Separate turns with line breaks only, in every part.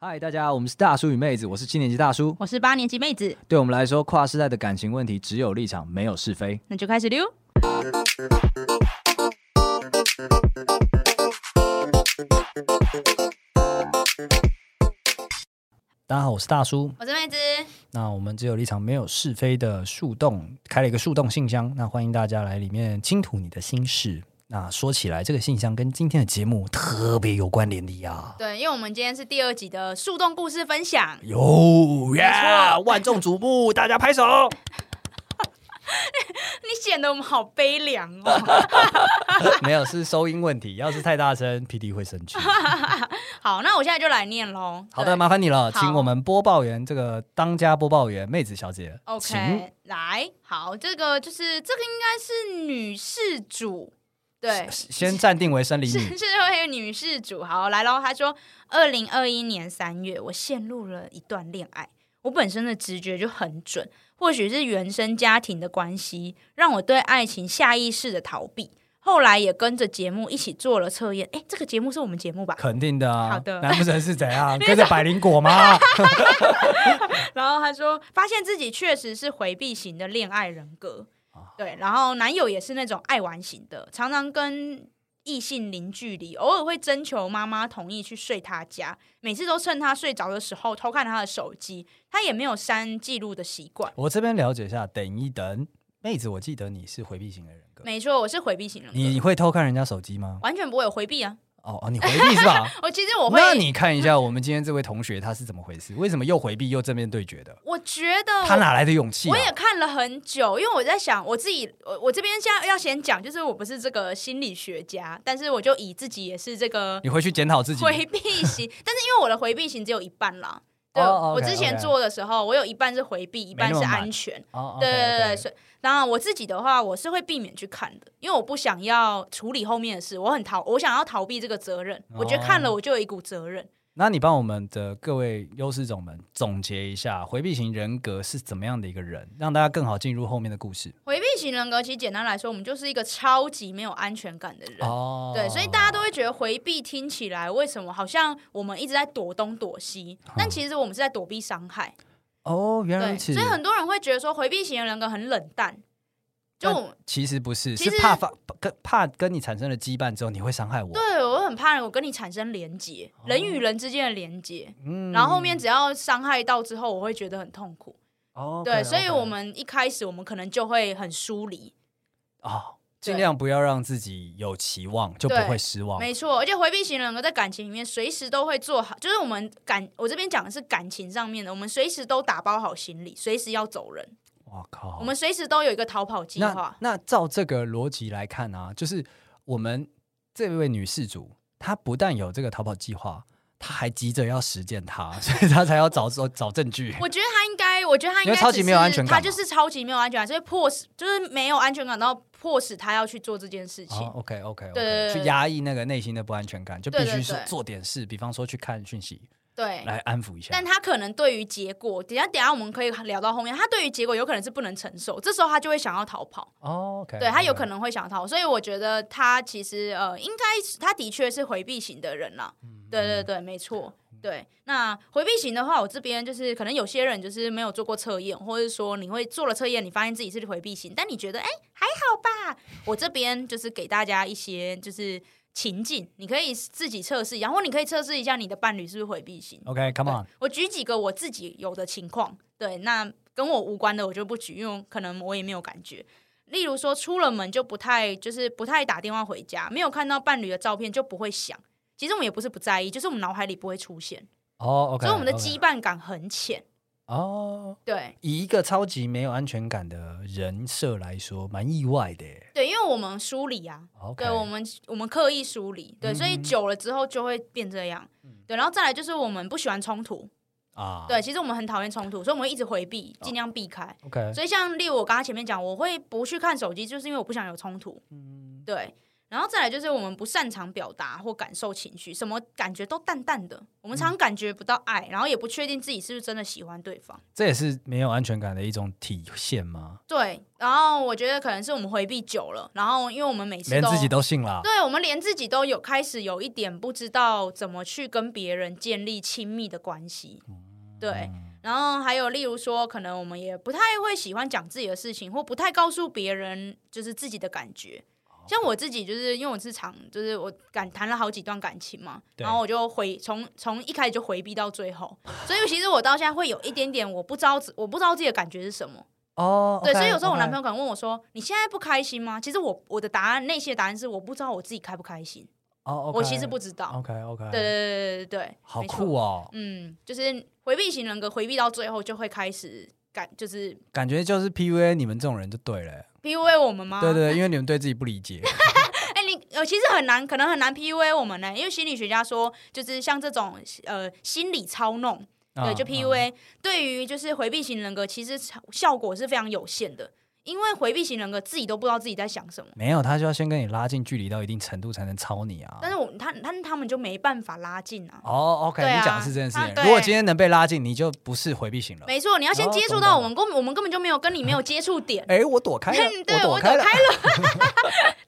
嗨，大家，我们是大叔与妹子，我是七年级大叔。
我是八年级妹子，
对我们来说，跨世代的感情问题只有立场，没有是非。
那就开始溜。
大家好，我是大叔。
我是妹子，
那我们只有立场，没有是非的树洞开了一个树洞信箱，那欢迎大家来里面倾吐你的心事。那说起来，这个信箱跟今天的节目特别有关联的呀。
对，因为我们今天是第二集的树洞故事分享，
有呀
没错
万众瞩目，大家拍手。
你显得我们好悲凉 哦。
没有，是收音问题，要是太大声，P D 会生 气。
好，那我现在就来念喽。
好
对
的，麻烦你了，
好
请我们播报员这个当家播报员妹子小姐请
？OK，来，好，这个就是这个应该是女事主，对，
先暂定为生理
是
女。
是会女事主。好，来喽。她说，二零二一年三月，我陷入了一段恋爱。我本身的直觉就很准，或许是原生家庭的关系，让我对爱情下意识的逃避。后来也跟着节目一起做了测验。诶，这个节目是我们节目吧？
肯定的啊，
好的
难不成是怎 样跟着百灵果吗？
然后他说，发现自己确实是回避型的恋爱人格，
啊
对，然后男友也是那种爱玩型的，常常跟异性零距离，偶尔会征求妈妈同意去睡他家，每次都趁他睡着的时候偷看他的手机，他也没有删记录的习惯。
我这边了解一下，等一等，妹子，我记得你是回避型的人格，
没错，我是回避型人格，
你会偷看人家手机吗？
完全不会有回避啊！
哦哦，你回避是吧？
我其实 我会，
那你看一下我们今天这位同学他是怎么回事？为什么又回避又正面对决的？
我觉得我
他哪来的勇气、啊
哦我？也看了很久，因为我在想我自己，我我这边现在要先讲，就是我不是这个心理学家，但是我就以自己也是这个
你回去检讨自己。
回避型，但是因为我的回避型只有一半啦。对
哦
我
，OK，
之前
OK
做的时候，我有一半是回避，一
没那
半
么
是
满
安全。
哦，
对对对，
OK，OK
所以当然我自己的话，我是会避免去看的，因为我不想要处理后面的事，我很逃，我想要逃避这个责任。我觉得看了
哦
我就有一股责任。
那你帮我们的各位优势种们总结一下，回避型人格是怎么样的一个人，让大家更好进入后面的故事。
回避型人格其实简单来说，我们就是一个超级没有安全感的人。
哦
对，所以大家都会觉得回避听起来为什么好像我们一直在躲东躲西，
嗯
但其实我们是在躲避伤害。
哦，原来
对，
如此。
所以很多人会觉得说回避型的人格很冷淡，就
但
我
其实不是，
其
是
实
怕发跟怕跟你产生了羁绊之后，你会伤害我。
对我很怕我跟你产生连结，人与人之间的连结，
嗯
然后后面只要伤害到之后，我会觉得很痛苦。
哦
对，所以我们一开始我们可能就会很疏离，
哦，
对
尽量不要让自己有期望，就不
对
会失望。
没错，而且回避型人格在感情里面随时都会做好，就是我们感我这边讲的是感情上面的，我们随时都打包好行李，随时要走人，
我靠，
我们随时都有一个逃跑计
那
划。
那照这个逻辑来看啊，就是我们这位女事主，她不但有这个逃跑计划，她还急着要实践它， 所以她才要找找找证据。哦
我觉得他应该，我觉得他应该
因为超级
只是
没有安全感嘛
他就是超级没有安全感，所以迫使就是没有安全感，然后迫使他要去做这件事情。
哦，OK OK
对对
OK，
对
去压抑那个内心的不安全感，就必
对对
须是
对
做点事，比方说去看讯息
对，
来安抚一下
但。他可能对于结果，等一下等一下我们可以聊到后面，他对于结果有可能是不能承受，这时候他就会想要逃跑。
哦，OK，
对他有可
能
能会想逃，所以我觉得他其实呃，应该是他的确是回避型的人啦。对对对，没错。对，那回避型的话，我这边就是可能有些人就是没有做过测验，或者是说你会做了测验，你发现自己是回避型，但你觉得哎、还好吧。我这边就是给大家一些就是情境，你可以自己测试一下，或你可以测试一下你的伴侣是不是回避型。
OK，Come、on，
我举几个我自己有的情况，对，那跟我无关的我就不举，因为可能我也没有感觉。例如说，出了门就不太就是不太打电话回家，没有看到伴侣的照片就不会想。其实我们也不是不在意，就是我们脑海里不会出现
哦，OK，
所以我们的
OK
羁绊感很浅。
哦，
对
以一个超级没有安全感的人设来说，蛮意外的耶。
对，因为我们梳理啊，
OK，嗯
对我们我们刻意梳理，对，所以久了之后就会变这样。对，然后再来就是我们不喜欢冲突，
啊，
对，其实我们很讨厌冲突，所以我们会一直回避，尽量避开。
，OK，嗯
所以像例如我刚刚前面讲，我会不去看手机，就是因为我不想有冲突。对，然后再来就是我们不擅长表达或感受情绪，什么感觉都淡淡的，我们
嗯
常感觉不到爱，然后也不确定自己是不是真的喜欢对方。
这也是没有安全感的一种体现吗？
对，然后我觉得可能是我们回避久了，然后因为我们每次
连
都
自己都信啦，
对我们连自己都有开始有一点不知道怎么去跟别人建立亲密的关系，
嗯
对。然后还有，例如说，可能我们也不太会喜欢讲自己的事情，或不太告诉别人就是自己的感觉。像我自己，就是因为我是常，就是我感谈了好几段感情嘛，
对
然后我就回从从一开始就回避到最后，所以其实我到现在会有一点点我不知道我不知道自己的感觉是什么，
哦
对，所以有时候我男朋友可能问我说：“你现在不开心吗？”其实我我的答案，内心的答案是我不知道我自己开不开心，
友，哦，OK，
我其实不知道。
OK OK，
对，对对对对对，
好
没错
酷哦，
嗯，就是回避型人格，回避到最后就会开始感，就是
感觉就是 PUA 你们这种人就对了，
PUA 我们吗？
对对，因为你们对自己不理解，
哎、你呃，其实很难，可能很难 PUA 我们呢、因为心理学家说，就是像这种呃心理操弄，
啊
对，就 PUA，、对于就是回避型人格，其实效果是非常有限的，因为回避型人格自己都不知道自己在想什么。
没有，他就要先跟你拉近距离到一定程度才能超你啊。
但是我他他他们就没办法拉近啊。
哦，OK，、
对啊
你讲的是这件事
啊
情。
对
如果今天能被拉近，你就不是回避型了。
没错，你要先
哦
接触
懂
到
懂
我们，根、我们根本就没有跟你没有接触点。
哎，我躲开了，
对，
躲
我开
了。
了，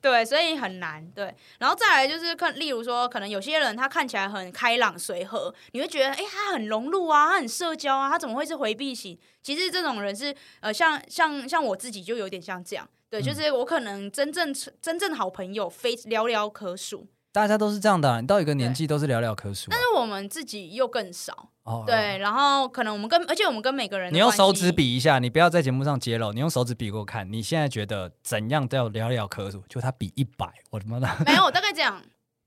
对，所以很难。对，然后再来就是看，例如说，可能有些人他看起来很开朗随和，你会觉得，哎、他很融入啊，他很社交啊，他怎么会是回避型？其实这种人是，呃，像像像我自己就有点像这样。对，
嗯
就是我可能真正真正好朋友非寥寥可数，
大家都是这样的啊、你到一个年纪都是寥寥可数啊、
但是我们自己又更少。
哦，
对，然后可能我们跟，而且我们跟每个人的
你用
关
手
系
指比一下，你不要在节目上揭露。你用手指比给我看，你现在觉得怎样都要寥寥可数？就他比一百，我他妈 的！
没有，大概这样。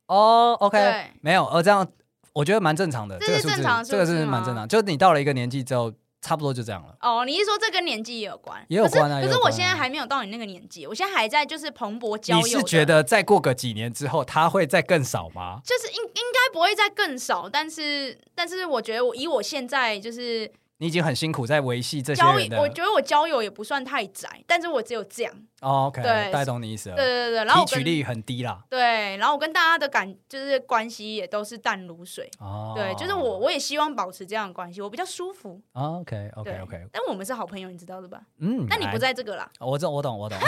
哦，OK，
对
没有，呃，这样我觉得蛮正常的，
这
这个
是
数字
正常的数
这个
字
是蛮
吗
正常。就你到了一个年纪之后，差不多就这样了。
哦，你是说这跟年纪也有关？
也有关啊
可是
也
可是
有
我
关啊
现在还没有到你那个年纪，我现在还在就是蓬勃交
你
友。
是觉？得再过个几年之后，他会再更少吗？
就是应应该不会再更少，但是但是我觉得我以我现在就是
你已经很辛苦在维系这些
交
人
友，
的。
我觉得我交友也不算太窄，但是我只有这样。
哦，OK，
对
大概懂你意思了。
对对对，然后
呃提
我
取
跟
力很低啦。
对，然后我跟大家的感就是关系也都是淡如水。
哦，
对，就是我我也希望保持这样的关系，我比较舒服。
哦，OK，OK，OK。
对
OK OK OK，
但我们是好朋友，你知道的吧？
嗯，
但你不
哎，
在这个啦，
我懂，我懂， 我懂。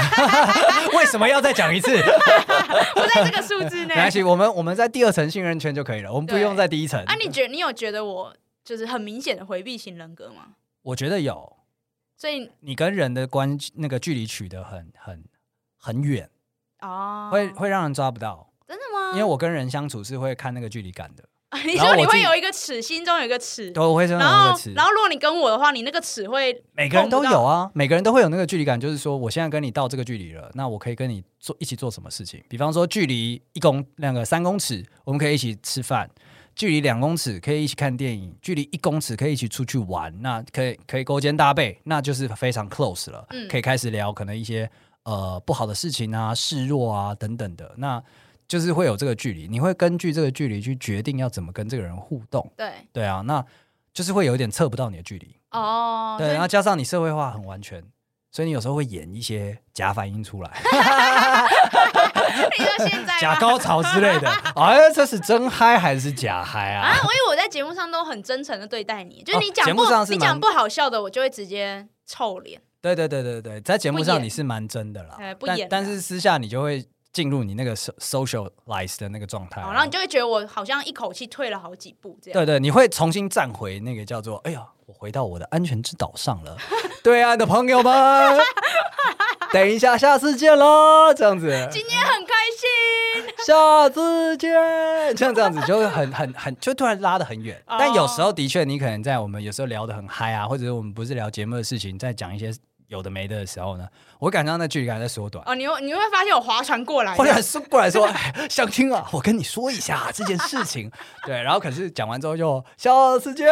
为什么要再 讲一次？
不在这个数 字内
没。关系，我们我们在第二层信任圈就可以了，我们不
对
用在第一层
啊，。你觉你有觉得我就是很明显的回避型人格吗？
我觉得有，
所以
你跟人的关那个距离取得很很很远，
哦，
会会让人抓不到。
真的吗？
因为我跟人相处是会看那个距离感的，
你
然
说
后
你
我自
会
己
有一个尺，心中有一个尺，
对，我会真的
然
有那
后
个词。
然后如果你跟我的话，你那个尺会
每个人都有啊，每个人都会有那个距离感，就是说，我现在跟你到这个距离了，那我可以跟你做一起做什么事情？比方说，距离一公那个三公尺，我们可以一起吃饭；距离两公尺可以一起看电影；距离一公尺可以一起出去玩。那可以可以勾肩搭背，那就是非常 close 了，
嗯
可以开始聊可能一些呃不好的事情啊、示弱啊等等的。那就是会有这个距离，你会根据这个距离去决定要怎么跟这个人互动。
对
对啊，那就是会有一点测不到你的距离。
哦，
对，
所以
然后加上你社会化很完全，所以你有时候会演一些假反应出来，
你说现在 啊
假
吗
高潮之类的。哎，这是真嗨还是假嗨
啊
啊？，
我以为我在节目上都很真诚的对待你，就是你
哦
讲
节
不
目上是
你
蛮
讲不好笑的，我就会直接臭脸。
对对对对对，在节目
不
上
演
你是蛮真的啦
哎，不
但
演
但
的
是私下你就会进入你那个 so- socialize 的那个状态啊，
好，然哦后你就会觉得我好像一口气退了好几步这样。
对对，你会重新站回那个叫做哎呀，我回到我的安全之岛上 了，对啊岸的朋友们，等一下，下次见喽，这样子。
今天很开心，
下次见，像这样子就会很很很，就突然拉得很远。
哦
但有时候的确，你可能在我们有时候聊得很嗨啊，或者是我们不是聊节目的事情，在讲一些有的没的的时候呢，我会感觉到那距离感在缩短。
哦，你会你会发现我划船过来的，
后来是过来说、 哎想听啊，我跟你说一下、这件事情。 对，然后可是讲完之后就下次见。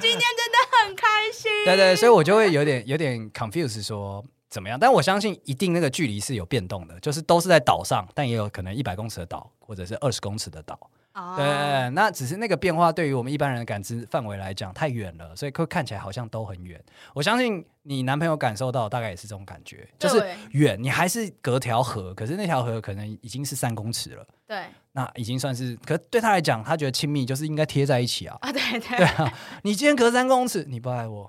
今天真的很开心。
对对，所以我就会有点有点 confuse 说怎么样，但我相信一定那个距离是有变动的，就是都是在岛上，但也有可能一百公尺的岛，或者是二十公尺的岛。
啊，
对，那只是那个变化对于我们一般人的感知范围来讲太远了，所以会看起来好像都很远。我相信你男朋友感受到大概也是这种感觉，就
对
是远，你还是隔条河，可是那条河可能已经是三公尺了，
对
那已经算是，可是对他来讲，他觉得亲密就是应该贴在一起啊。
啊，对
对
对，
啊，你今天隔三公尺，你不爱 我，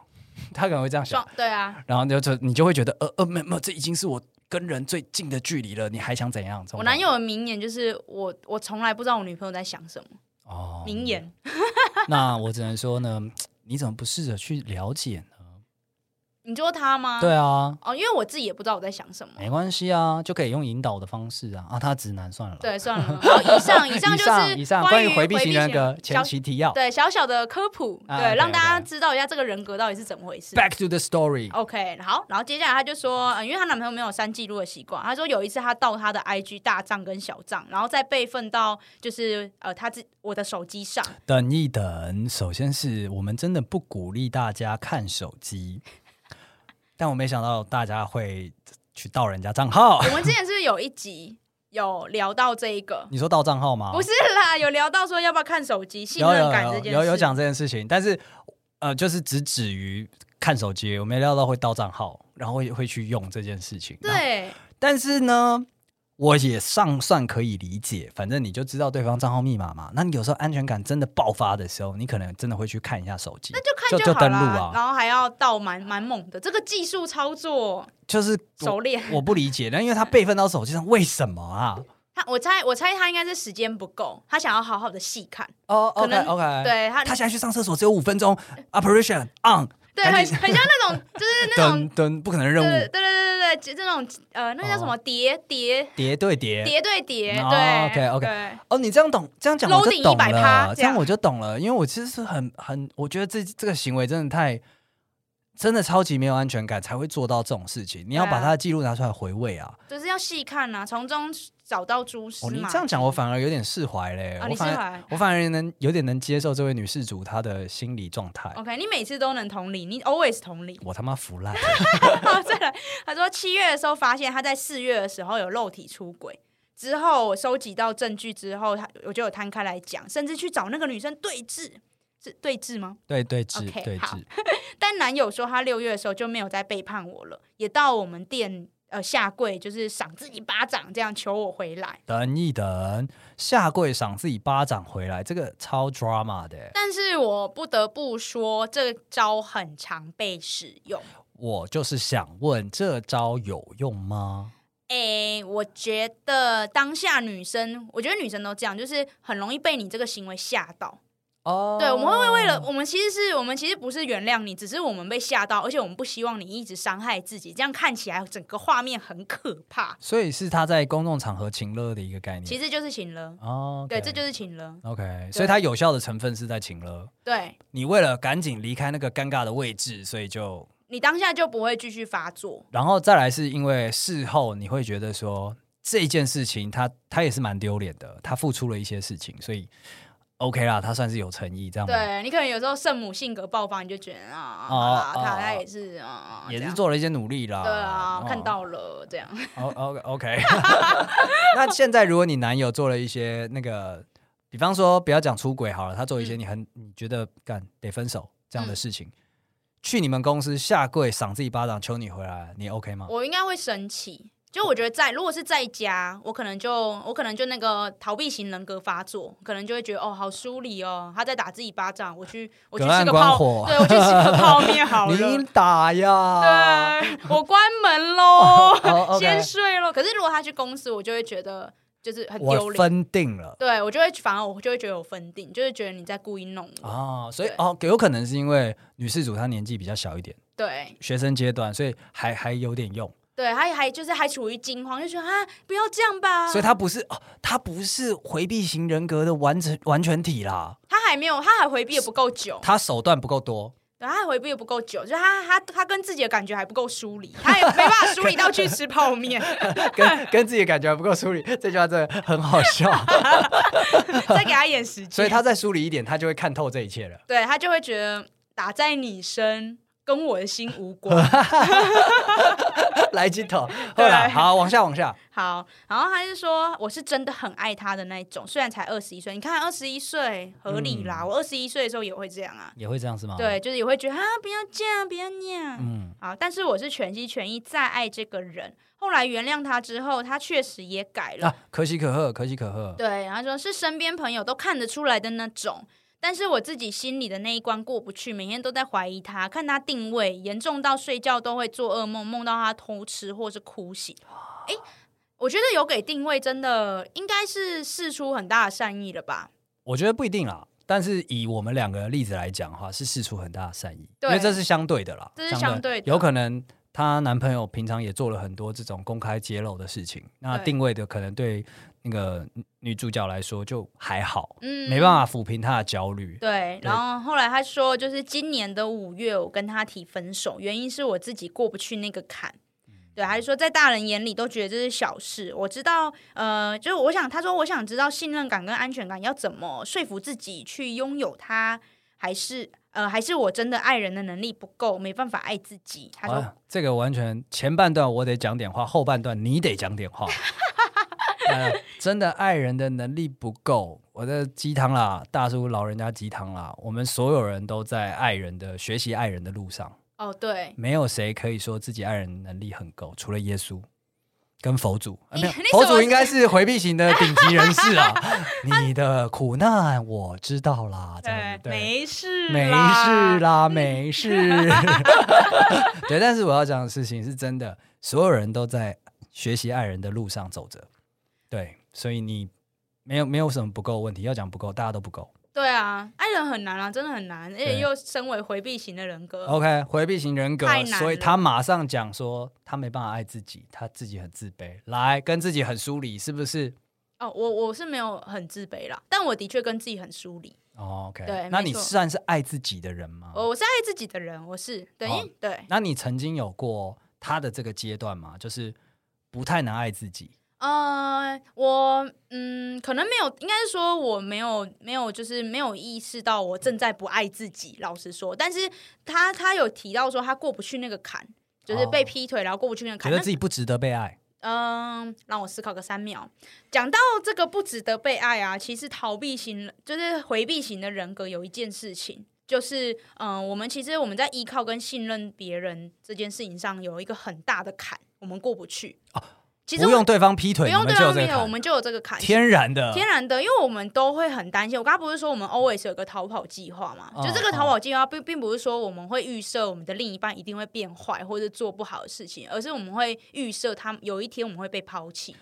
他可能会这样想
双，对啊，
然后你就就你就会觉得，呃呃，没有没有，这已经是我跟人最近的距离了，你还想怎样？这种
我男
感
友的名言就是我我从来不知道我女朋友在想什么，
觉哦，
名言
那我只能说呢，你怎么不试着去了解呢？
你说他吗？
对啊，
哦，因为我自己也不知道我在想什么。
没关系啊，就可以用引导的方式啊。啊，他直男算了啦。
对，算了。好，以上以上
以
就
上
是
以上
关
于回避型人格前
小
期提要。
对小小的科普，
啊
对，
，OK，
让大家
OK
知道一下这个人格到底是怎么回事。
Back to the story。
OK，好，然后接下来她就说，呃因为她男朋友没有删记录的习惯，她说有一次她盗她的 IG 大账跟小账，然后再备份到就是呃她自我的手机上，
等一等，首先是我们真的不鼓励大家看手机，但我没想到大家会去盗人家账号。
我们之前是不是有一集有聊到这一个？
你说盗账号吗？
不是啦，有聊到说要不要看手机信
有
任
有
感
有
这件事，
有有讲这件事情，但是呃，就是只止于看手机，我没料到会盗账号，然后会会去用这件事情。然后
对
但是呢，我也尚算可以理解，反正你就知道对方账号密码嘛。那你有时候安全感真的爆发的时候，你可能真的会去看一下手机，那
就看
就
好
登
啦，
录啊，
然后还要盗蛮蛮猛的这个技术操作
就是
熟
我
练。
我不理解，但因为它备份到手机上，为什么啊？
他我猜我猜他应该是时间不够，他想要好好的细看。
哦、
可
o k
能
OK，，
对他
他现在去上厕所只有五分钟，Operation on，
对
赶
很很
紧
像那种 就是那种
噔噔，不可能的任
对
务
对对，对对对，这种呃那个叫什么叠叠
叠对叠，
叠对叠，
哦
对
OK，OK
对
哦，你这样懂，这样讲我就懂
Loading 100%
了，
这
这
样
样我就懂了，因为我其实是很很，我觉得这这个行为真的太，真的超级没有安全感才会做到这种事情。你要
对啊
把他的记录拿出来回味啊！
就是要细看呐，从中找到蛛丝
哦，你
嘛。
这样讲我反而有点释怀嘞，
啊，
我
你是
反而
来
我反而能有点能接受这位女事主她的心理状态。
OK，你每次都能同理，你 always 同理。
我他妈服烂了，
好，再来，他说七月的时候发现他在四月的时候有肉体出轨，之后我收集到证据之后，他我就有摊开来讲，甚至去找那个女生对峙，是对峙吗？
对对峙
OK，
对
好
峙，
但男友说他六月的时候就没有再背叛我了，也到我们店呃下跪，就是赏自己巴掌，这样求我回来。
等一等，下跪赏自己巴掌回来，这个超 drama 的，欸
但是我不得不说，这招很常被使用。
我就是想问，这招有用吗？
诶、我觉得当下女生，我觉得女生都这样，就是很容易被你这个行为吓到。
哦
对，我们会为了我们其实是我们其实不是原谅你，只是我们被吓到，而且我们不希望你一直伤害自己，这样看起来整个画面很可怕。
所以是他在公众场合情勒的一个概念。
其实就是请了，
哦
对，这就是请了，
OK，所以它有效的成分是在情勒。
对
你为了赶紧离开那个尴尬的位置，所以就，
你当下就不会继续发作。
然后再来是因为事后你会觉得说这件事情他他也是蛮丢脸的，他付出了一些事情，所以 OK 啦，他算是有诚意，这样吗？
对你可能有时候圣母性格爆发，你就觉得啊，
啊哦
啊
哦
他他
哦
也是啊，
也
这
是
样。
做了一些努力啦。
对啊，
哦
看。到了这样，
O O
哦
OK 。 那现在如果你男友做了一些那个，比方说不要讲出轨好了，他做一些
嗯
你很你觉得干得分手这样的事情，去你们公司下跪赏自己巴掌求你回来，你 OK 吗？
我应该会生气。就我觉得在如果是在家，我可能就我可能就那个逃避型人格发作，可能就会觉得哦好疏离哦，他在打自己巴掌，我去我去
隔岸
吃个
观
泡，
火
对我去吃个泡 面好了，
你打呀！
对我关门喽，
哦，OK
先睡喽。可是如果他去公司，我就会觉得就是很丢
我
脸，
分定了
对我就会反而我就会觉得有分定，就是觉得你在故意弄我，
哦，所以
对
哦，有可能是因为女事主她年纪比较小一点，
对
学生阶段，所以还还有点用，
对，还还就是还处于惊慌，就觉得啊不要这样吧，
所以她不是哦，她不是回避型人格的完成完全体啦，
他还没有，他还回避的不够久，
她手段不够多，
对，他还回避的不够久，就是他他他跟自己的感觉还不够梳理，他也没 办法梳理到去吃泡面，
跟跟自己的感觉还不够梳理， 这句话真的很好笑。
再给他一点时间，
所以他再梳理一点，他就会看透这一切了。
对他就会觉得打在你身。跟我的心无 关。
来镜头，后来
对
好往下往下，
好，然后他就说我是真的很爱他的那一种，虽然才二十一岁，你看二十一岁合理啦，
嗯
我二十一岁的时候也会这样啊，
也会这样是吗？，
对，就是也会觉得啊不要这样，不要那样，
哦嗯，
好，但是我是全心全意再爱这个人。后来原谅他之后，他确实也改了，
啊，可喜可贺，可喜可贺，
对，然后说是身边朋友都看得出来的那种。但是我自己心里的那一关过不去，每天都在怀疑他，看他定位，严重到睡觉都会做噩梦，梦到他偷吃或是哭醒。
哦
诶，我觉得有给定位，真的应该是试出很大的善意了吧？
我觉得不一定啦。但是以我们两个的例子来讲的话，是试出很大的善意，因
对
为这是相对的啦，
这是相对的
有可能她男朋友平常也做了很多这种公开揭露的事情，那
对
定位的可能对那个女主角来说就还好，
嗯，
没办法抚平她的焦虑。
对，然后后来他说，就是今年的五月，我跟他提分手，原因是我自己过不去那个坎。
嗯
对，还是说在大人眼里都觉得这是小事。我知道，呃，就是我想，他说我想知道信任感跟安全感要怎么说服自己去拥有它，还是呃，还是我真的爱人的能力不够，没办法爱自己。他说
哇，哎这个完全前半段我得讲点话，后半段你得讲点 话。呃真的爱人的能力不够，我的鸡汤啦，大叔老人家鸡汤啦，我们所有人都在爱人的学习爱人的路上，
哦，对，
没有谁可以说自己爱人能力很够，除了耶稣跟佛祖。啊、没有
你你，
佛
怎么
祖应该是回避型的顶级人士 啊。你的苦难我知道啦，这样
对
子，对。
没事，
没事，啦，没 事。对，但是我要讲的事情是真的，所有人都在学习爱人的路上走着。对，所以你没有没有什么不够的问题，要讲不够，大家都不够。
对啊，爱人很难啊，真的很难，而且
对
又身为回避型的人格，
OK，回避型人格
太，难
所以
了
他马上讲说他没办法爱自己，他自己很自卑，来跟自己很疏离，是不是？
哦，我我是没有很自卑啦，但我的确跟自己很疏离。
哦，OK，
对
那
没
你
错哦
算是爱自己的人吗？
我我是爱自己的人，我是对、
哦
因为对，
那你曾经有过他的这个阶段吗？就是不太能爱自己。
呃，我嗯，可能没有，应该是说我没有没有，就是没有意识到我正在不爱自己。老实说，但是他他有提到说他过不去那个坎，就是被
哦
劈腿然后过不去那个
觉
坎。
得
那
自己不值得被爱，
嗯，让我思考个三秒。讲到这个不值得被爱啊，其实逃避型就是回避型的人格有一件事情，就是嗯、呃我们其实我们在依靠跟信任别人这件事情上有一个很大的坎，我们过不去。
哦
其实
不
我
用对方劈
不
腿，
用
你
对
们就有
方
这
面
个
有，我
坎，
们就有这个坎。
天然的，
天然的，因为我们都会很担心。我刚刚不是说我们 always 有个逃跑计划嘛？
哦
就这个逃跑计划并并不是说我们会预设我们的另一半一定会变坏或者做不好的事情，而是我们会预设他有一天我们会被抛弃。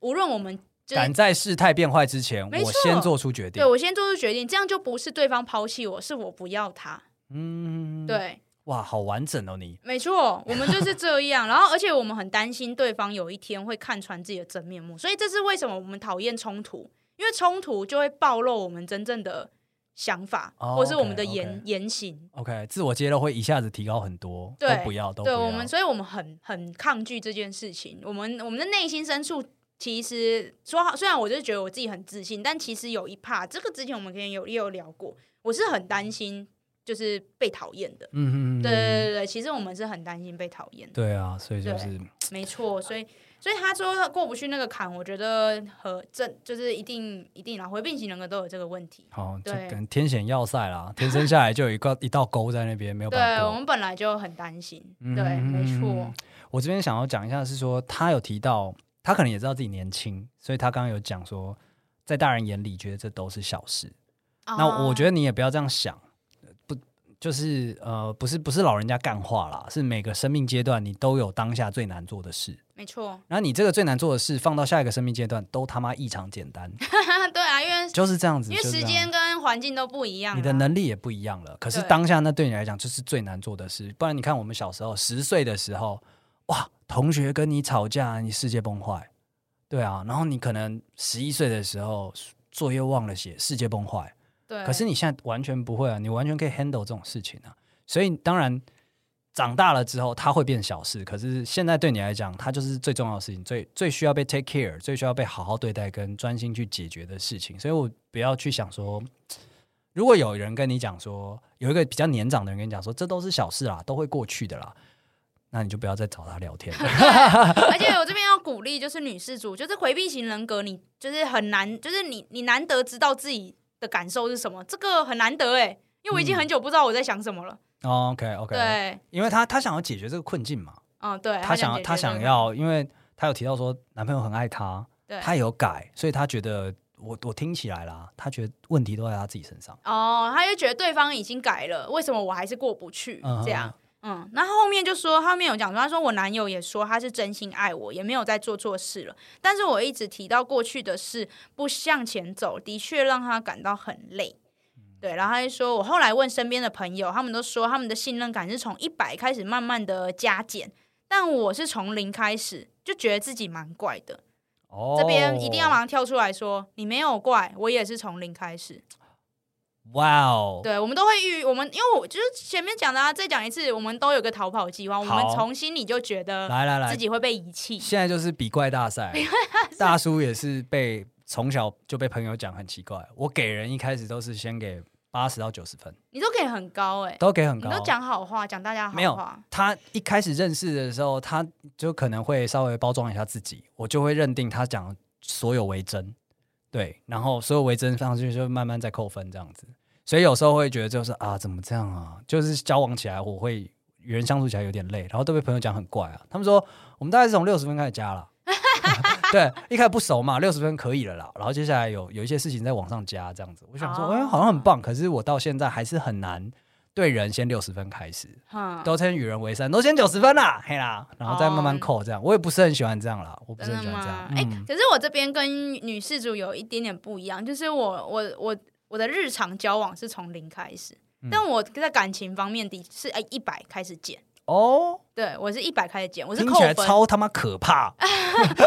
无论我们就是
敢在事态变坏之前，
没错
我先做出决定
对。我先做出决定，这样就不是对方抛弃我，是我不要他。
嗯，，
对，
哇，好完整哦，你
没错，我们就是这样。然后，而且我们很担心对方有一天会看穿自己的真面目，所以这是为什么我们讨厌冲突，因为冲突就会暴露我们真正的想法，
哦
或是我们的
OK，
言
OK
言行。
OK，自我揭露会一下子提高很多，
对
都不要，都不
对
要。
我们，所以我们很很抗拒这件事情。我们我们的内心深处，其实说好，虽然我就是觉得我自己很自信，但其实有一怕，这个之前我们可能有也有聊过，我是很担心就是被讨厌的。
嗯嗯嗯，
对对对对，其实我们是很担心被讨厌的。
对啊，所以就是
没错，所以所以他说他过不去那个坎，我觉得和这就是一定一定啦，回避型人格都有这个问题。
好，就
对
可能天险要塞啦， 天生下来就有一个一道沟在那边，没有
对
办法
我
过。
们本来就很担心，对，
嗯
没错，
我这边想要讲一下是说，他有提到，他可能也知道自己年轻，所以他刚刚有讲说，在大人眼里觉得这都是小事，
哦
嗯那我觉得
得
你也不要这样想，不就是呃，不是不是老人家干话啦，是每个生命阶段你都有当下最难做的事，
哦没错，
然后你这个最难做的事放到下一个生命阶段都他妈异常简 单，
对啊，因为
就是这样子，
因为
就是
时
这样
间跟环境都不一样啊，
你的能力也不一样了，可是
对
当下那对你来讲就是最难做的事，不然你看我们小时候十岁的时候，哇，同学跟你吵架，你世界崩坏，对啊，然后你可能十一岁的时候作业忘了写，世界崩坏。
对，
可是你现在完全不会啊，你完全可以 handle 这种事情啊。所以当然长大了之后，它会变小事。可是现在对你来讲，它就是最重要的事情，最最需要被 take care，最需要被好好对待跟专心去解决的事情。所以我不要去想说，如果有人跟你讲说，有一个比较年长的人跟你讲说，这都是小事啦，都会过去的啦，那你就不要再找他聊天 了。
而且我这边要鼓励，就是女事主，就是回避型人格，你就是很难，就是你你难得知道自己的感受是什么，这个很难得哎、因为我已经很久不知道我在想什么了。
嗯 OK OK，
对，
因为他他想要解决这个困境嘛，
嗯，对，
他想
解
要
决
他想
这个，
要，因为他有提到说男朋友很爱她，
对，
她有改，所以她觉得我我听起来啦，她觉得问题都在她自己身上。
哦，他就觉得对方已经改了，为什么我还是过不去？
嗯
这样，嗯，那后面就说，他后面有讲说，他说我男友也说他是真心爱我，也没有在做错事了，但是我一直提到过去的事，不向前走，的确让他感到很累。
嗯
对，然后他就说，我后来问身边的朋友，他们都说他们的信任感是从一百开始慢慢的加减，但我是从零开始，就觉得自己蛮怪的。
哦，
这边一定要马上跳出来说，你没有怪，我也是从零开始。
哇哦，
对，我们都会遇我们，因为我就是前面讲的啊，再讲一次，我们都有个逃跑计划，我们
好
从心里就觉得
来来
自
来，
己会被遗弃。
现在就是比怪大 赛，大叔也是被从小就被朋友讲很奇怪，我给人一开始都是先给八十到九十分，
你都可以很高哎、
都给很
你
高，啊
都讲好话，讲大家
没
好
有
话。
他一开始认识的时候，他就可能会稍微包装一下自己，我就会认定他讲所有为真，对，然后所有为真上去就慢啊慢在扣分这样子，所以有时候会觉得就是啊，怎么这样啊？就是交往起来我会与人相处起来有点累，然后都被朋友讲很怪啊，他们说我们大概是从六十分开始 加了。对，一开始不熟嘛，六十分可以了啦。然后接下来有有一些事情在往上加，这样子，我想说，
哦
哎、好像很棒。可是我到现在还是很难对人先六十分开始，
哼，
都先与人为善，都先九十分啦，嘿啦，然后再慢慢扣这样。我也不是很喜欢这样啦，我不是
哦真
很
的
喜欢这
吗
样？。
哎、
嗯，
可是我这边跟女事主有一点点不一样，就是我我我我的日常交往是从零开始，
嗯
但我在感情方面的是哎一百开始减。
哦，
对，我是一百开始减，我是
听
扣
起来
分，
超他妈可怕。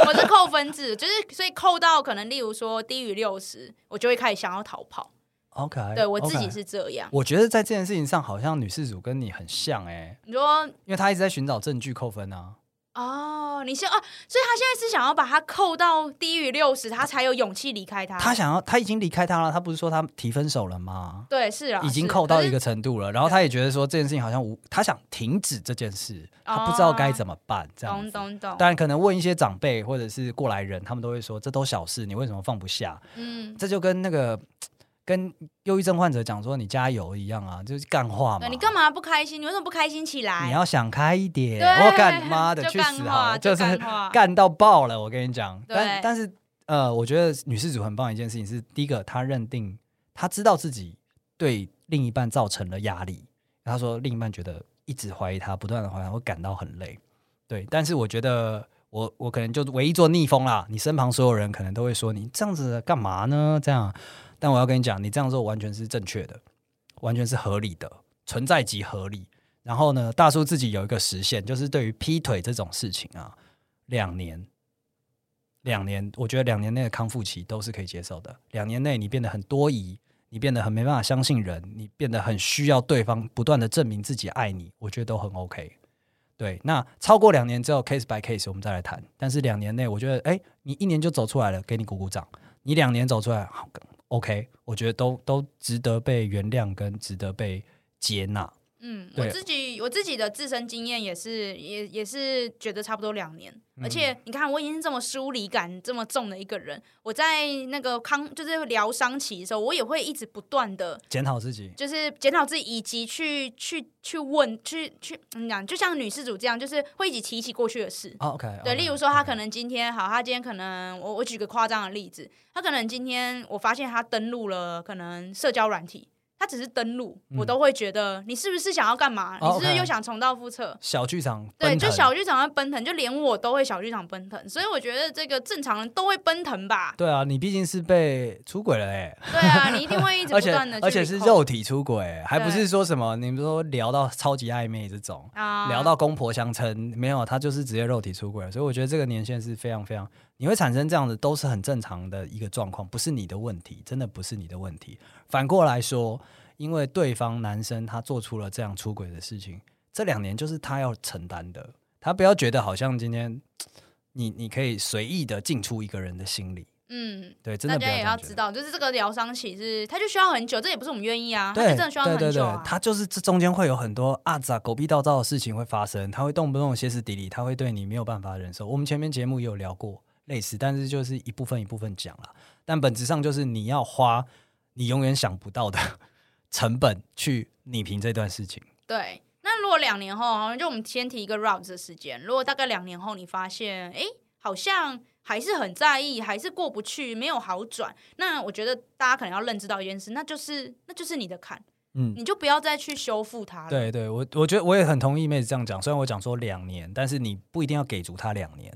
我是扣分制，就是所以扣到可能例如说低于六十，我就会开始想要逃跑。
OK，
对我自己
OK。
是这样。
我觉得在这件事情上，好像女事主跟你很像哎、
你说
因为她一直在寻找证据扣分啊。
哦，你是哦，所以他现在是想要把他扣到低于六十，他才有勇气离开他。
她想要，她已经离开他了，她不是说她提分手了吗？
对是啊，
已经
是
扣到
可是
一个程度了，然后她也觉得说这件事情好像无，她想停止这件事，她不知道该怎么办，这样
哦懂
子。
懂懂，
当然，可能问一些长辈或者是过来人，他们都会说这都小事，你为什么放不下？
嗯，
这就跟那个跟忧郁症患者讲说你加油一样啊，就是干话嘛。
对你干嘛不开心？你为什么不开心起来？
你要想开一点，
对
我 干妈的
就
去
干
死好
话
了，
就
就是
干 话
干到爆了，我跟你讲。
对
但但是呃，我觉得女事主很棒的一件事情是，第一个她认定她知道自己对另一半造成了压力，她说另一半觉得一直怀疑她，不断的怀疑她会感到很累。对，但是我觉得我我可能就唯一做逆风啦，你身旁所有人可能都会说你这样子干嘛呢？这样，但我要跟你讲，你这样做完全是正确的，完全是合理的，存在即合理。然后呢，大叔自己有一个实现，就是对于劈腿这种事情啊，两年，两年，我觉得两年内的康复期都是可以接受的。两年内你变得很多疑，你变得很没办法相信人，你变得很需要对方不断的证明自己爱你，我觉得都很 OK。对，那超过两年之后，case by case 我们再来谈。但是两年内，我觉得，哎，你一年就走出来了，给你鼓鼓掌；你两年走出来，好，OK，我觉得都都值得被原谅跟值得被接纳。
嗯，我
对
自己我自己的自身经验也是，也也是觉得差不多两年。
嗯
而且你看，我已经这么疏离感这么重的一个人，我在那个康就是疗伤期的时候，我也会一直不断的
检讨自己，
就是检讨自己，以及去去去问，去去怎么讲？就像女事主这样，就是会一起提起过去的事。
啊，OK，
对，例如说，她可能今天好，她今天可能我我举个夸张的例子，她可能今天我发现她登录了可能社交软体，她只是登录，我都会觉得你是不是想要干嘛？
嗯哦
你是不是
OK
又想重蹈覆辙？
小剧场
对，
奔
就
腾？
小剧场要奔腾，就连我都会小剧场奔腾，所以我觉得这个正常人都会奔腾吧
对啊，你毕竟是被出轨了哎、
对啊，你一定会一 直
而
不
且
断的，
而且是肉体出轨，还不是说什么你们说聊到超级暧昧这种，
啊，
聊到公婆相称，没有，他就是直接肉体出轨了，所以我觉得这个年限是非常非常，你会产生这样的都是很正常的一个状况，不是你的问题，真的不是你的问题。反过来说，因为对方男生他做出了这样出轨的事情，这两年就是他要承担的，他不要觉得好像今天你你可以随意的进出一个人的心里，
嗯，
对，真
大
的不
家也
要
要
这样觉
知
得
道，就是这个疗伤期是它就需要很久，这也不是我们愿意啊，它就
对
真的需要很
对对
久
对
啊，。
他就是这中间会有很多啊咋狗屁倒灶的事情会发生，他会动不动歇斯底里，他会对你没有办法忍受。我们前面节目也有聊过类似，但是就是一部分一部分讲了，但本质上就是你要花你永远想不到的成本 去拟平这段事情。
对，那如果两年后，好哦像就我们先提一个 round 的时间，如果大概两年后你发现，哎，好像还是很在意，还是过不去，没有好转，那我觉得大家可能要认知到一件事，那就是那就是你的坎，
嗯，
你就不要再去修复它了。
对对，我我觉得我也很同意妹子这样讲。虽然我讲说两年，但是你不一定要给足他两年，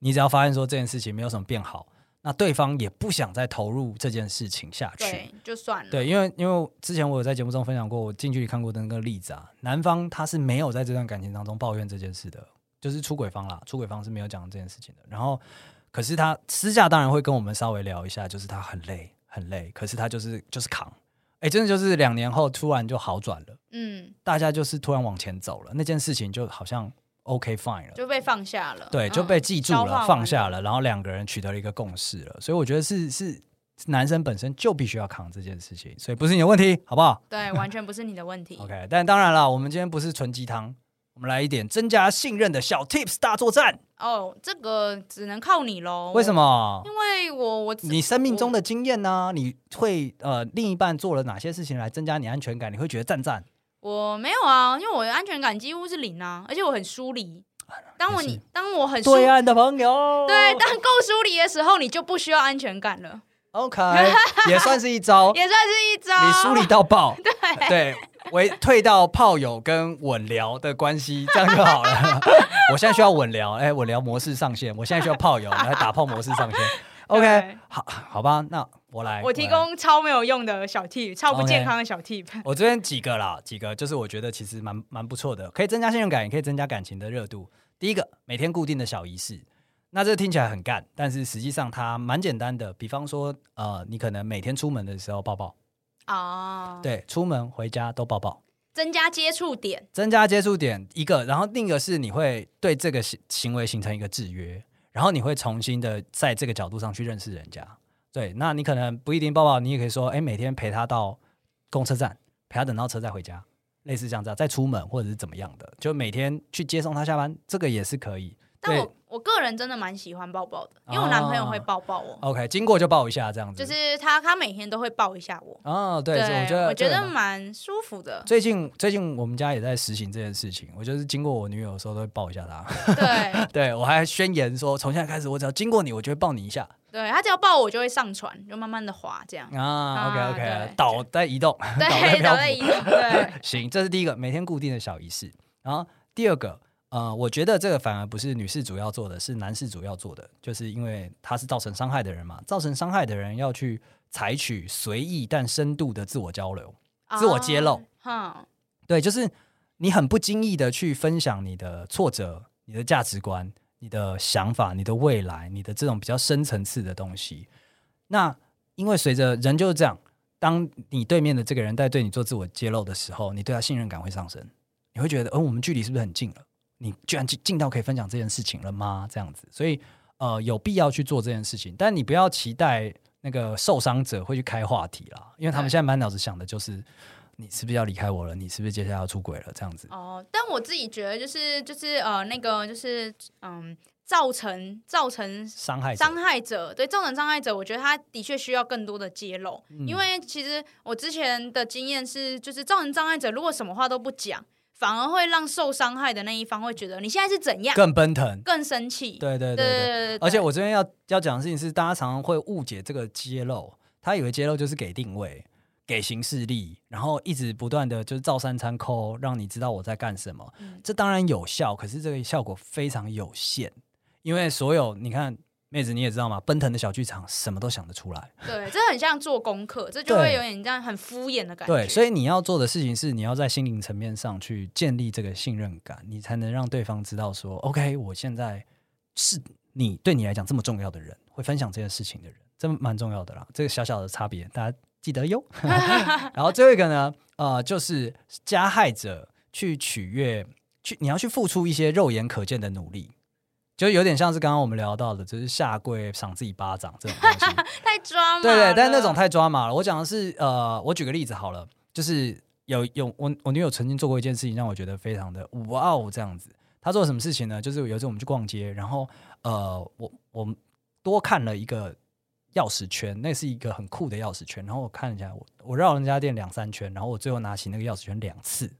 你只要发现说这件事情没有什么变好，那对方也不想再投入这件事情下去。
对，就算了。
对，因为因为之前我有在节目中分享过，我近距离看过的那个例子啊，男方他是没有在这段感情当中抱怨这件事的，就是出轨方啦，出轨方是没有讲这件事情的。然后，可是他私下当然会跟我们稍微聊一下，就是他很累很累，可是他就是就是扛，哎，真的就是两年后突然就好转了，
嗯，
大家就是突然往前走了，那件事情就好像 OK fine 了。
就被放下了。
对，
嗯
就被记住
消化
了，
完
放下了，然后两个人取得了一个共识了，所以我觉得是是男生本身就必须要扛这件事情，所以不是你的问题，好不好
对，完全不是你的问题。
？OK，但当然了，我们今天不是纯鸡汤，我们来一点增加信任的小 Tips 大作战。
哦，这个只能靠你喽。
为什？么？
哦因为我我
你生命中的经验呢、你会呃另一半做了哪些事情来增加你安全感？你会觉得赞赞？
我没有啊，因为我的安全感几乎是零啊，而且我很疏离。当我
啊也是
你当我很疏
对啊岸的朋友，
对当够疏离的时候，你就不需要安全感了，
，OK，也算是一 招。
也算是一招。
你梳理到 爆，对对，为退到炮友跟稳聊的关系，这样就好 了。我现在需要稳聊，哎，稳聊模式上线，我现在需要炮友来打炮模式 上线。OK，
对
好，好吧，那我来，
我提
来。
供超没有用的小 tip，超不
OK
健康的小 tip。
我这边几个啦，几个就是我觉得其实蛮蛮不错的，可以增加信任感，也可以增加感情的热度。第一个，每天固定的小仪式，那这听起来很干，但是实际上它蛮简单的。比方说，呃，你可能每天出门的时候抱抱，
啊，，
对，出门回家都抱抱，
增加接触点，
增加接触点一个，然后另一个是你会对这个行行为形成一个制约，然后你会重新的在这个角度上去认识人家。对，那你可能不一定抱抱，你也可以说，哎，每天陪他到公车站，陪他等到车再回家，类似这样子啊，再出门或者是怎么样的，就每天去接送他下班，这个也是可以。
但
对哦
我我个人真的蛮喜欢抱抱的，因为我男朋友会抱抱我，
OK，经过就抱一下这样子。
就是他他每天都会抱一下我，
哦，对，所以
我
我觉得这个蛮。
蛮舒服的
最近最近我们家也在实行这件事情，我就是经过我女友的时候都会抱一下她。
对
对我还宣言说，从现在开始，我只要经过你，我就会抱你一下
对，他只要抱我就会上船，就慢慢的滑 这样。
啊。OK OK，
对
倒在移动， 倒在
对，
漂
脑
浮
袋移动，对，
行，这是第一个每天固定的小仪式。然后第二个，呃，我觉得这个反而不是女事主要做的，是男事主要做的，就是因为他是造成伤害的人嘛，造成伤害的人要去采取随意但深度的自我交流。自我揭露
啊，
对，就是你很不经意的去分享你的挫折、你的价值观、你的想法、你的未来、你的这种比较深层次的东西。那因为随着人就是这样，当你对面的这个人在对你做自我揭露的时候，你对他信任感会上升，你会觉得，哦，我们距离是不是很近了？你居然近近到可以分享这件事情了吗？这样子，所以呃，有必要去做这件事情，但你不要期待那个受伤者会去开话题啦，因为他们
对
现在满脑子想的就是你是不是要离开我了？你是不是接下来要出轨了？这样子
嗯，哦，但我自己觉得就是就是呃那个就是嗯，造成造成
伤害者
伤害者，对造成伤害者，我觉得他的确需要更多的揭露，
嗯
因为其实我之前的经验是，就是造成伤害者如果什么话都不讲，反而会让受伤害的那一方会觉得你现在是怎样，
更奔腾。
更生气。
对对对
对
对，
对对，
而且我这边要要讲的事情是，大家常常会误解这个揭露，他以为揭露就是给定位、给行事力，然后一直不断的就是照三餐抠，让你知道我在干什么。
嗯
这当然有效，可是这个效果非常有限，因为所有你看妹子你也知道嘛，奔腾的小剧场什么都想得出来。
对，这很像做功课，这就
对
会有点这样很敷衍的感觉。
对，所
以
以你要做的事情是，你要在心灵层面上去建立这个信任感，你才能让对方知道说，OK，我现在是你对你来讲这么重要的人，会分享这件事情的人，这蛮重要的啦。这个小小的差别，大家记得 哟。然后最后一个呢，呃，就是加害者去取悦，去你要去付出一些肉眼可见的努力。就有点像是刚刚我们聊到的，就是下跪赏自己巴掌这种东西。
太抓马。
对对，但是那种太抓马了。我讲的是，呃，我举个例子好了，就是有有我我女友曾经做过一件事情，让我觉得非常的哇哦这样子。她做了什么事情呢？就是有一次我们去逛街，然后呃，我我们多看了一个钥匙圈，那是一个很酷的钥匙圈。然后我看了一下，我我绕人家店两三圈，然后我最后拿起那个钥匙圈两次。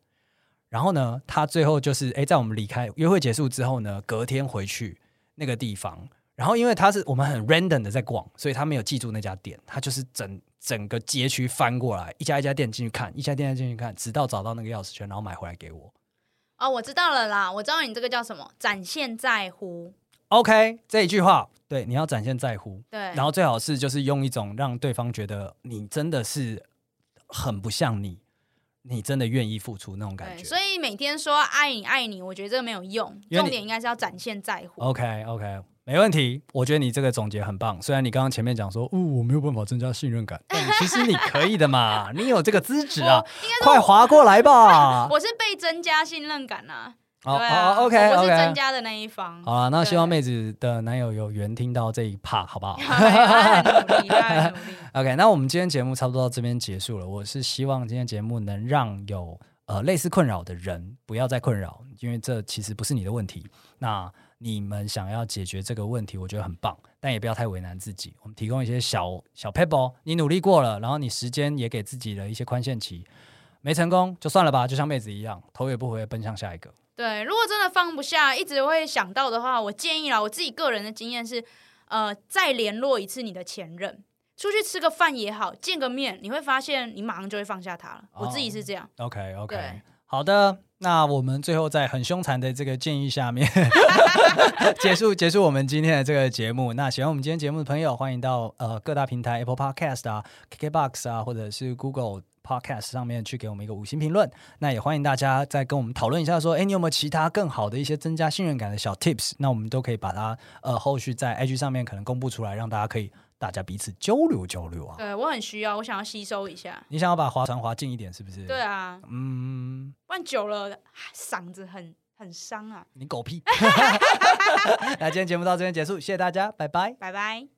然后呢，她最后就是哎，在我们离开约会结束之后呢，隔天回去那个地方，然后因为他是我们很 random 的在逛，所以他没有记住那家店，他就是整整个街区翻过来，一家一家店进去看，一家店进去看，直到找到那个钥匙圈，然后买回来给我。
哦，我知道了啦，我知道你这个叫什么，展现在乎。
OK，这一句话，对，你要展现在乎，
对，
然后最好是就是用一种让对方觉得你真的是很不像你，你真的愿意付出那种感
对，
觉。
所以每天说爱你爱你，我觉得这个没有用，
因为你哦
重点应该是要展现在乎。
OK OK，没问题。我觉得你这个总结很棒。虽然你刚刚前面讲说，哦，我没有办法增加信任感，但其实你可以的嘛， 你有这个资质啊
我，应该啊
快划过来吧。
我是被增加信任感啊，
好
对
好
啊
好，OK 哦
我是增
OK。
加的那一方。
好了，那希望
对
妹子的男友有缘听到这一 part，好不好
他很 努力，他很努力。
？OK，那我们今天节目差不多到这边结束了。我是希望今天节目能让有呃类似困扰的人不要再困扰，因为这其实不是你的问题。那你们想要解决这个问题，我觉得很棒，但也不要太为难自己。我们提供一些小小 pebble，你努力过了，然后你时间也给自己了一些宽限期，没成功就算了吧，就像妹子一样，头也不回奔向下一个。
对，如果真的放不下，一直会想到的话，我建议啦，我自己个人的经验是，呃，再联络一次你的前任，出去吃个饭也好，见个面，你会发现你马上就会放下他了。我自己
哦
是这样，
OK OK，
对
好的，那我们最后在很凶残的这个建议下面 结束结束我们今天的这个节目。那喜欢我们今天节目的朋友，欢迎到呃各大平台 Apple Podcast 啊、KKBox 啊，或者是 Google。Podcast 上面去给我们一个五星评论，那也欢迎大家再跟我们讨论一下说，诶哎，你有没有其他更好的一些增加信任感的小 Tips？那我们都可以把它呃后续在 IG 上面可能公布出来，让大家可以大家彼此交流交流啊。
对我很需要，我想要吸收一下。
你想要把划船划近一点，是不是？
对，啊，
嗯，
不然久了嗓子很很伤啊。
你狗屁！那今天节目到这边结束，谢谢大家，拜拜。
拜拜。